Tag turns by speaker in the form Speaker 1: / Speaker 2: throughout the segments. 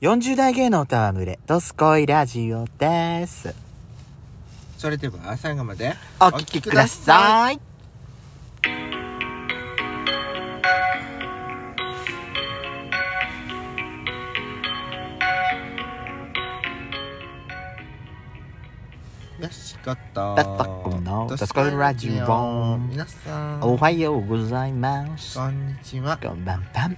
Speaker 1: 40代芸能歌は群れ、ドスコイラジオです。
Speaker 2: それでは最後まで
Speaker 1: お聞きください。
Speaker 2: よしこ
Speaker 1: だ
Speaker 2: と
Speaker 1: ったこのドスコイラジオ
Speaker 2: 皆さん
Speaker 1: おはようございます。
Speaker 2: こんにちは
Speaker 1: こんばんぱん。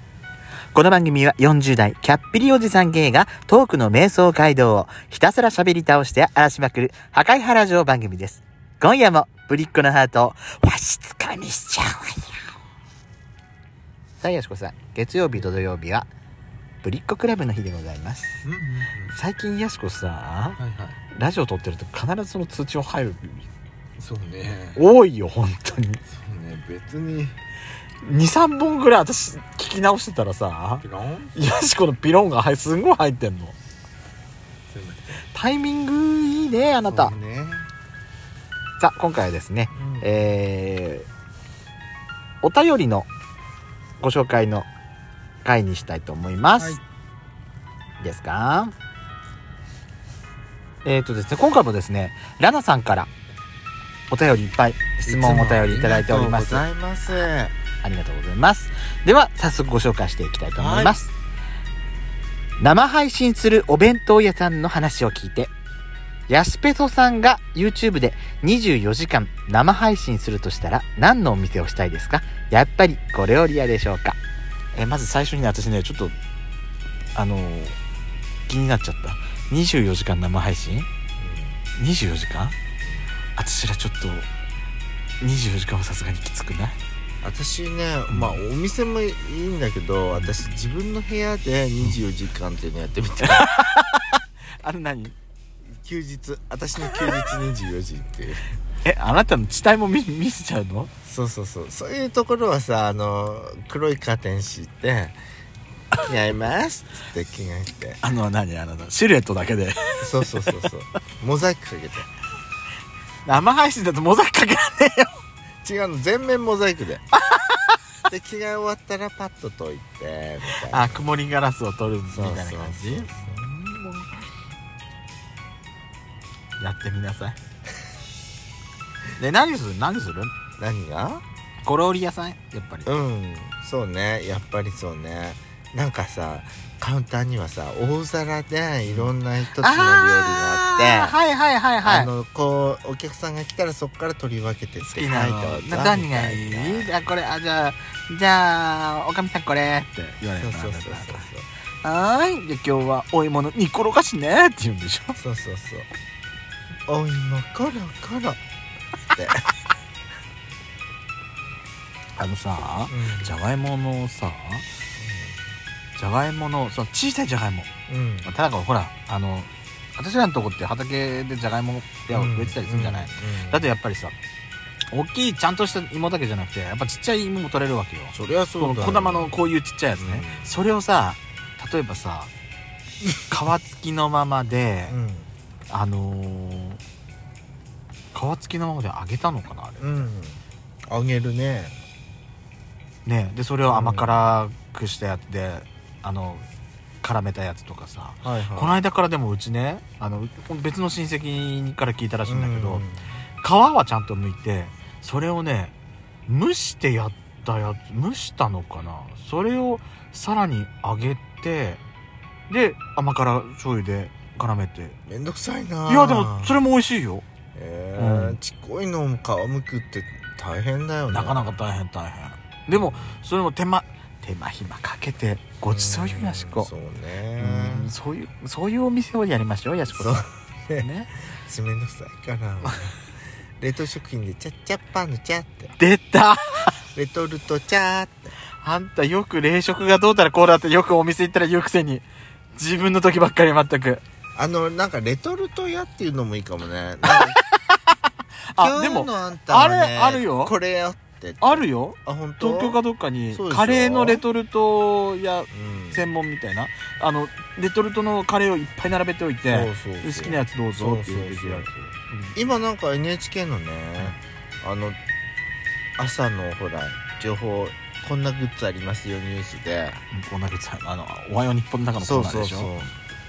Speaker 1: この番組は40代キャッピリおじさん芸がトークの瞑想街道をひたすら喋り倒して荒らしまくる破壊原城番組です。今夜もぶりっ子のハートをわしつかみしちゃうわよ。さあ、よしこさん。月曜日と土曜日はぶりっ子クラブの日でございます。
Speaker 2: うんうんうん
Speaker 1: 最近やしこさ、
Speaker 2: はいは
Speaker 1: ラジオ撮ってると必ずその通知も入る。
Speaker 2: いそうね
Speaker 1: 多いよ、本当に。
Speaker 2: そうね別に
Speaker 1: 2、3本ぐらい私聞き直してたらさ、
Speaker 2: ピロン
Speaker 1: ヤシコのピロンがはいすんごい入ってんの
Speaker 2: すいません
Speaker 1: タイミングいいねあなた、
Speaker 2: そうね
Speaker 1: さあ今回はですね
Speaker 2: うん
Speaker 1: えー、お便りのご紹介の回にしたいと思います、
Speaker 2: はい
Speaker 1: ですかえっ、ー、とですね今回もですねラナさんからお便りいっぱい質問お便りいただいております
Speaker 2: ありがとうございます
Speaker 1: ありがとうございます。では、早速ご紹介していきたいと思います。生配信するお弁当屋さんの話を聞いて、ヤスペソさんが YouTube で24時間生配信するとしたら何のお店をしたいですかやっぱり小料理屋でしょうかえ、まず最初にね私ね、ちょっと、あのー気になっちゃった。24時間生配信24時間私らちょっと、24時間はさすがにきつくない
Speaker 2: 私ねまあお店もいいんだけど私自分の部屋で24時間っていうのやってみたい
Speaker 1: あれ何
Speaker 2: 休日私の休日24時っていう
Speaker 1: えあなたの地帯も見見せちゃうの
Speaker 2: そうそうそうそういうところはさあの黒いカーテン敷いて「着替えます」って着替えて
Speaker 1: あの何あなたシルエットだけで
Speaker 2: そうそうそうそうモザイクかけて
Speaker 1: 生配信だとモザイクかけられねえよ
Speaker 2: 違うの全面モザイクでで着替え終わったらパッと解いてみたいな
Speaker 1: あ曇りガラスを取るみた
Speaker 2: そう
Speaker 1: い
Speaker 2: そう
Speaker 1: な感じ
Speaker 2: そう
Speaker 1: やってみなさい で何する何する
Speaker 2: 何が
Speaker 1: 小料理屋さんやっぱり
Speaker 2: うんそうねやっぱりそうねなんかさカウンターにはさ大皿でいろんな一つの料理があって
Speaker 1: ーはいはいはいは
Speaker 2: あ
Speaker 1: い好
Speaker 2: のこうお客さんが来たらそこから取り分けて好
Speaker 1: きなのな何がいいあこれあじゃあじゃあおかみさんこれって言われ
Speaker 2: そ
Speaker 1: る
Speaker 2: う
Speaker 1: か
Speaker 2: そ
Speaker 1: ら
Speaker 2: うそうそう
Speaker 1: はーいで今日はお芋の煮ころがしねって言うんでしょ
Speaker 2: そうそうそうお芋コロコロって、
Speaker 1: あのさ
Speaker 2: うん
Speaker 1: じゃがいものさじゃがいものその小さいじゃがいも
Speaker 2: うん
Speaker 1: ただほらあの私らのとこって畑でじゃがいもやを植えてたりするんじゃない、
Speaker 2: うん
Speaker 1: だってやっぱりさ大きいちゃんとした芋だけじゃなくてやっぱちっちゃい芋も取れるわけよ
Speaker 2: そりゃそ
Speaker 1: この
Speaker 2: うだよ
Speaker 1: 小玉のこういうちっちゃいやつね、
Speaker 2: うん
Speaker 1: それをさ例えばさ皮付きのままで、
Speaker 2: うん
Speaker 1: あのー皮付きのままで揚げたのかなあれ
Speaker 2: うんあげるね
Speaker 1: ねでそれを甘辛くしたやつで、あの絡めたやつとかさ
Speaker 2: はいはい
Speaker 1: この間からでもうちねあの別の親戚から聞いたらしいんだけど、
Speaker 2: うん
Speaker 1: 皮はちゃんと剥いてそれをね蒸してやったやつ蒸したのかなそれをさらに揚げてで甘辛醤油で絡めて
Speaker 2: めんどくさいな
Speaker 1: い
Speaker 2: い
Speaker 1: やでもそれも美味しいよ
Speaker 2: えー
Speaker 1: うん
Speaker 2: ちっこいのも皮むくって大変だよね
Speaker 1: なかなか大変大変でもそれも手間手間暇かけてごちそうよやし
Speaker 2: うん
Speaker 1: こ
Speaker 2: そう
Speaker 1: う
Speaker 2: ね
Speaker 1: んそういうそういうお店をやりましょうやしこさん
Speaker 2: そうね
Speaker 1: ね
Speaker 2: すめんどくさいから冷凍食品でチャッチャッパーのチャって
Speaker 1: 出た
Speaker 2: レトルトチャーって
Speaker 1: あんたよく冷食がどうたらこうだってよくお店行ったら言うくせに自分の時ばっかり全く
Speaker 2: あのなんかレトルト屋っていうのもいいかもね なんか
Speaker 1: あで
Speaker 2: 今
Speaker 1: も
Speaker 2: 日のあんたはね
Speaker 1: あれあるよ
Speaker 2: これよって
Speaker 1: あるよ
Speaker 2: あ本当
Speaker 1: 東京かどっかに
Speaker 2: そうでしょ
Speaker 1: カレーのレトルトや
Speaker 2: うん
Speaker 1: 専門みたいなあのレトルトのカレーをいっぱい並べておいて
Speaker 2: そうそう
Speaker 1: 好
Speaker 2: そう
Speaker 1: きなやつどうぞって言って
Speaker 2: そ
Speaker 1: く
Speaker 2: う
Speaker 1: れ
Speaker 2: そう
Speaker 1: る
Speaker 2: そう今なんか NHK のねあの朝のほら情報こんなグッズありますよニュースで
Speaker 1: こんなグッズあの「おはよう日本」の中のコーナーでしょ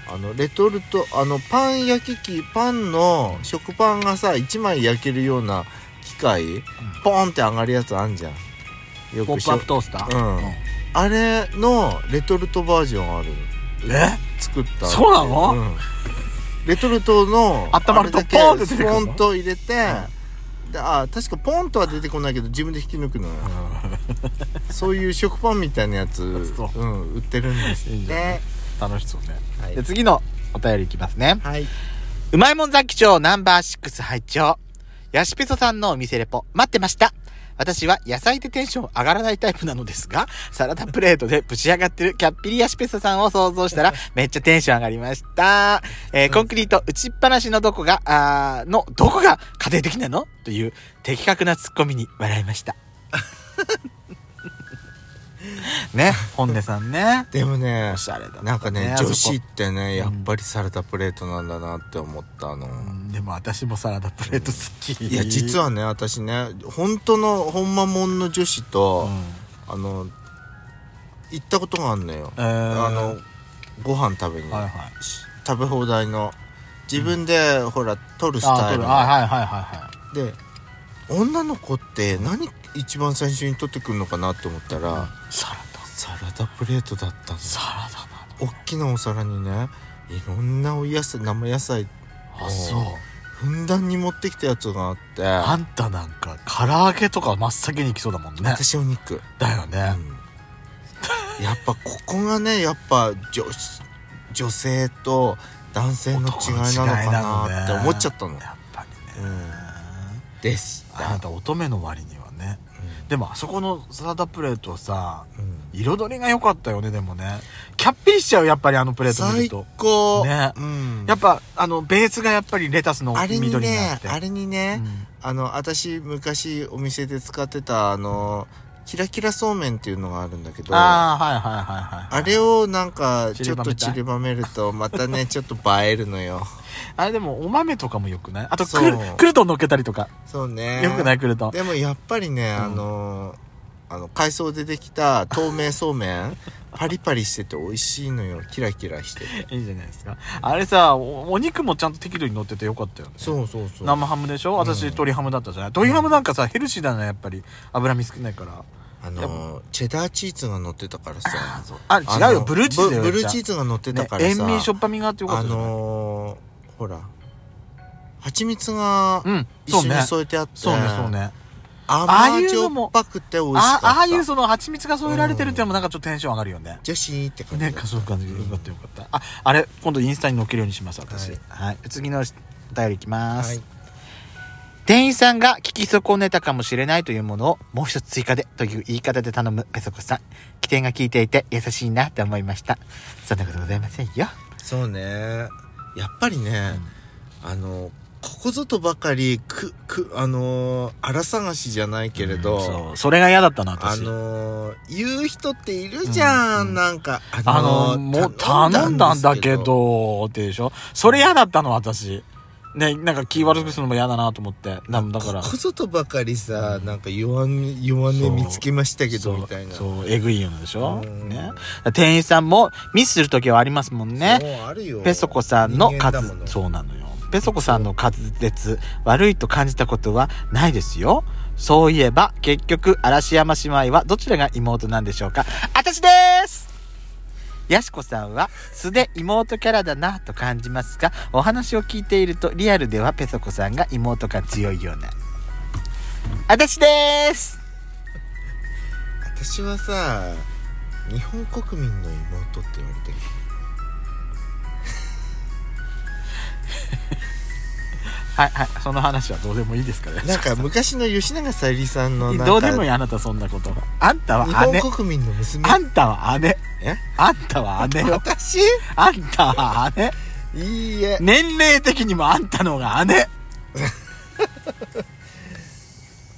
Speaker 2: あのレトルトあのパン焼き器パンの食パンがさ1枚焼けるような機械ポンって上がるやつあんじゃんよ
Speaker 1: ポ
Speaker 2: く
Speaker 1: ッ
Speaker 2: し
Speaker 1: プア
Speaker 2: ょ
Speaker 1: ップトースター、
Speaker 2: うんあれのレトルトバージョンある
Speaker 1: え
Speaker 2: 作った
Speaker 1: そうなの
Speaker 2: んレトルトの
Speaker 1: 温まると
Speaker 2: あれだけ
Speaker 1: ポンって出てくるの
Speaker 2: ポンと入れて、であ確かポンとは出てこないけど自分で引き抜 くのよそういう食パンみたいなやつ、
Speaker 1: そう
Speaker 2: うん、売ってるんです
Speaker 1: いい
Speaker 2: っ
Speaker 1: じ
Speaker 2: て
Speaker 1: ゃん楽しそうね
Speaker 2: はい
Speaker 1: で次のお便りいきますね
Speaker 2: はい、
Speaker 1: うまいもん雑記帳ナンバー6拝聴ヤシペソさんのお店レポ待ってました私は野菜でテンション上がらないタイプなのですが、サラダプレートでぶち上がってるキャッピリヤシペソさんを想像したらめっちゃテンション上がりました。えーコンクリート打ちっぱなしのどこが、あーの、どこが家庭的なのという的確なツッコミに笑いました。ね、本音さんね。
Speaker 2: でもね
Speaker 1: おしゃれだ
Speaker 2: なんかね
Speaker 1: あそこ
Speaker 2: 女子ってねやっぱりサラダプレートなんだなって思ったの、
Speaker 1: うんでも私もサラダプレート好き。
Speaker 2: いや実はね私ね本当のほんまもんの女子と、
Speaker 1: う
Speaker 2: あの行ったことがあんのよ、
Speaker 1: ん、あ
Speaker 2: あのご飯食べに、
Speaker 1: はいはい
Speaker 2: し食べ放題の自分で、ほら取るス
Speaker 1: あ
Speaker 2: タイ
Speaker 1: 取
Speaker 2: ル
Speaker 1: るあはいはいはいはい
Speaker 2: で女の子って何一番最初に取ってくるのかなって思ったら、
Speaker 1: サラダ
Speaker 2: サラダプレートだったの
Speaker 1: サラダな
Speaker 2: 大きなお皿にねいろんなお野菜生野菜
Speaker 1: の
Speaker 2: あそうふんだんに持ってきたやつがあって
Speaker 1: あんたなんか唐揚げとか真っ先に来そうだもんね
Speaker 2: 私お肉、
Speaker 1: だよね、
Speaker 2: うんやっぱここがねやっぱ女子女性と男性の違いなのかなって思っちゃったの、
Speaker 1: やっぱり
Speaker 2: う
Speaker 1: ね、
Speaker 2: ん、でし
Speaker 1: あな
Speaker 2: た、
Speaker 1: た乙女の割にはねでもあそこのサラダプレートさ
Speaker 2: うん
Speaker 1: 彩りが良かったよねでもねキャッピリしちゃうやっぱりあのプレート見る
Speaker 2: 最
Speaker 1: と
Speaker 2: 高、
Speaker 1: ね
Speaker 2: うん、
Speaker 1: やっぱあのベースがやっぱりレタスの
Speaker 2: あれ
Speaker 1: 緑に
Speaker 2: に
Speaker 1: な
Speaker 2: ね
Speaker 1: って
Speaker 2: あれにね、あの私昔お店で使ってたあのキラキラそうめんっていうのがあるんだけど
Speaker 1: ああはいはいはいはい
Speaker 2: あれをなんか
Speaker 1: 散
Speaker 2: ち
Speaker 1: り
Speaker 2: ょっ
Speaker 1: ばめた
Speaker 2: と
Speaker 1: い
Speaker 2: 散りばめるとまた ねちょっと映えるのよ
Speaker 1: あれでもお豆とかもよくないあとク
Speaker 2: そう
Speaker 1: ルクルトン乗っけたりとか
Speaker 2: そうね
Speaker 1: よくないクルトン
Speaker 2: でもやっぱりね、
Speaker 1: うん
Speaker 2: あのあの海藻でできた透明そうめ んパリパリしてて美味しいのよキラキラしてて
Speaker 1: いいじゃないですかあれさおお肉もちゃんと適度に乗っててよかったよね
Speaker 2: そうそうそう
Speaker 1: 生ハムでしょ私、
Speaker 2: うん
Speaker 1: 鶏ハムだったじゃない鶏ハムなんかさヘルシーだなやっぱり脂身少ないから
Speaker 2: あのチェダーチーズが乗ってたからさ
Speaker 1: あ違うよ
Speaker 2: の
Speaker 1: ブルーチーズだよ
Speaker 2: ブブルーチー
Speaker 1: ズ
Speaker 2: ズが乗ってた
Speaker 1: ね
Speaker 2: からさ、
Speaker 1: 塩味しょっぱみがあってよかっ
Speaker 2: あ
Speaker 1: たじゃない、
Speaker 2: のー、ほら蜂蜜が
Speaker 1: うん
Speaker 2: 一
Speaker 1: そう
Speaker 2: 緒に
Speaker 1: ね
Speaker 2: 添えてあって、
Speaker 1: そうねそうねああい
Speaker 2: 甘
Speaker 1: う
Speaker 2: じょ
Speaker 1: の
Speaker 2: っ
Speaker 1: も
Speaker 2: ぱくて美味しか
Speaker 1: あ
Speaker 2: った
Speaker 1: ああいうその蜂蜜が添えられてるってのもなんかちょっとテンション上がるよね、
Speaker 2: 女子って感じ
Speaker 1: ねかそういう感じよかったよかったああれ今度インスタに載っけるようにします私
Speaker 2: はい
Speaker 1: はい、次のお便りいきます、
Speaker 2: はい
Speaker 1: 店員さんが聞き損ねたかもしれないというものをもう一つ追加でという言い方で頼むペソコさん。起点が効いていて優しいなって思いました。そんなことございませんよ。
Speaker 2: そうねやっぱりね、あのここぞとばかりくくあのー荒探しじゃないけれ
Speaker 1: う
Speaker 2: ど、
Speaker 1: んそうそれが嫌だったな、
Speaker 2: あ
Speaker 1: 私。
Speaker 2: のー言う人っているじゃん、
Speaker 1: うん
Speaker 2: なんか
Speaker 1: あの、もう頼んだんだけど、ってでしょそれ嫌だったの、私。ね、なんか気悪くするのも嫌だなと思って。なだから。
Speaker 2: ここぞとばかりさなんか弱音弱音見つけましたけどみたいな
Speaker 1: そう、そうえぐいようなでしょ
Speaker 2: うん
Speaker 1: ね。店員さんもミスするときはありますもんね。
Speaker 2: そうあるよ
Speaker 1: ペソコさんの
Speaker 2: 人間だ
Speaker 1: 滑
Speaker 2: もの
Speaker 1: そうなのよペソコさんの滑舌悪いと感じたことはないですよそういえば結局嵐山姉妹はどちらが妹なんでしょうか私ですヤシコさんは素で妹キャラだなと感じますがお話を聞いているとリアルではペソコさんが妹感強いような私です
Speaker 2: 私はさ日本国民の妹って言われてる
Speaker 1: はいはいその話はどうでもいいですから
Speaker 2: なんか昔の吉永小百合さんのなんか
Speaker 1: どうでもいいあ なたそんなことあんた
Speaker 2: 日
Speaker 1: は姉
Speaker 2: 本国民の娘
Speaker 1: あんたは姉
Speaker 2: え
Speaker 1: あんたは姉よ
Speaker 2: 私
Speaker 1: あんたは姉
Speaker 2: いいえ
Speaker 1: 年齢的にもあんたの方が姉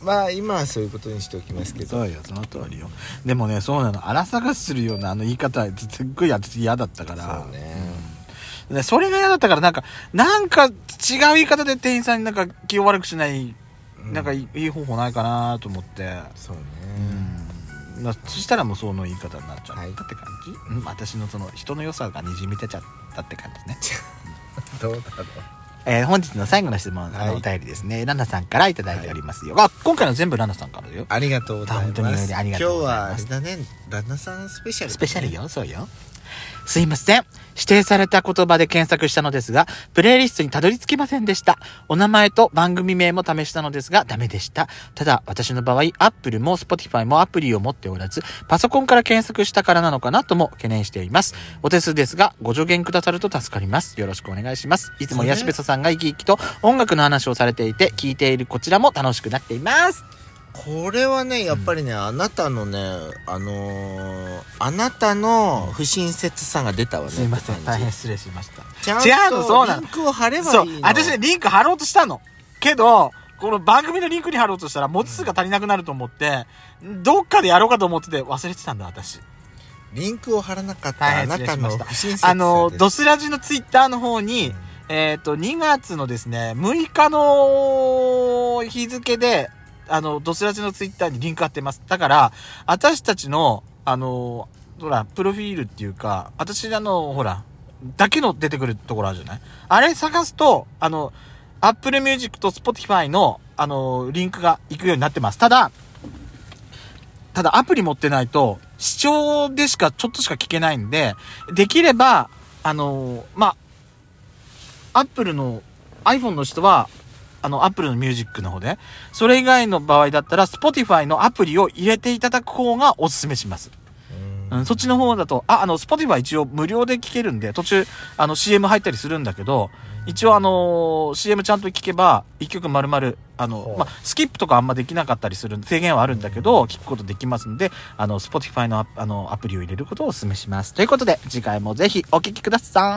Speaker 2: まあ今はそういうことにしておきますけど
Speaker 1: そうよその通りよでもねそうなの荒探しするようなあの言い方はすっごい私嫌だったから
Speaker 2: そうね
Speaker 1: うんでそれが嫌だったからなんかなんか違う言い方で店員さんになんか気を悪くしない、
Speaker 2: うん
Speaker 1: なんかいいいい方法ないかなと思って
Speaker 2: そうね
Speaker 1: うんまあ、そしたらもうその言い方になっちゃった
Speaker 2: はい
Speaker 1: って感じ、うん、私のその人の良さがにじみ出ちゃったって感じね、
Speaker 2: どうだろう
Speaker 1: えー本日の最後の質問
Speaker 2: はい
Speaker 1: のお便りですね、ランナさんからいただいておりますよ、あ今回の全部ランナさんからだよ
Speaker 2: ありがとうございます
Speaker 1: 本当にありがとうございます
Speaker 2: 今日はあれだね旦那さんスペシャルだね
Speaker 1: スペシャルよ、そうよ。すいません。指定された言葉で検索したのですが、プレイリストにたどり着きませんでした。お名前と番組名も試したのですが、ダメでした。ただ、私の場合、Apple も Spotify もアプリを持っておらず、パソコンから検索したからなのかなとも懸念しています。お手数ですが、ご助言くださると助かります。よろしくお願いします。いつもヤシベソさんが生き生きと音楽の話をされていて、聞いているこちらも楽しくなっています。
Speaker 2: これはねやっぱりね、あなたのねあのーあなたの不親切さが出たわね
Speaker 1: すいません。
Speaker 2: っ
Speaker 1: 大
Speaker 2: て感じ
Speaker 1: 変失礼しました。
Speaker 2: ちゃ
Speaker 1: 違
Speaker 2: ん
Speaker 1: うのそうな
Speaker 2: と
Speaker 1: の
Speaker 2: リンクを貼ればいい
Speaker 1: そう
Speaker 2: の
Speaker 1: 私ねリンク貼ろうとしたのけどこの番組のリンクに貼ろうとしたら文字数が足りなくなると思って、どっかでやろうかと思ってて忘れてたんだ 私
Speaker 2: リンクを貼らなかったあ
Speaker 1: 大変
Speaker 2: な
Speaker 1: 失礼
Speaker 2: た
Speaker 1: しま
Speaker 2: の
Speaker 1: した
Speaker 2: 不親切さ
Speaker 1: あの
Speaker 2: です
Speaker 1: ドスラジのツイッターの方に、えっ、と2月のですね6日の日付であのドスラジのツイッターにリンク貼ってますだから私たちのあのほらプロフィールっていうか私らのほらだけの出てくるところあるじゃないあれ探すと、あの、Apple Music と Spotify の、あの、リンクが行くようになってます。ただ、ただアプリ持ってないと、視聴でしか、ちょっとしか聞けないんで、できれば、あの、まあ、Apple の iPhone の人は、あの、Apple の Music の方で、それ以外の場合だったら、Spotify のアプリを入れていただく方がおすすめします。
Speaker 2: うん
Speaker 1: うん、そっちの方だと、あ、あの、Spotify 一応無料で聞けるんで、途中、あの、CM 入ったりするんだけど、一応あのー CM ちゃんと聞けば、一曲丸々、あ
Speaker 2: ほ
Speaker 1: の、
Speaker 2: う
Speaker 1: まあ、スキップとかあんまできなかったりする、制限はあるんだけど、聞くことできますんで、あの、Spotify のアあの、アプリを入れることをお勧めします。ということで、次回もぜひお聞きください。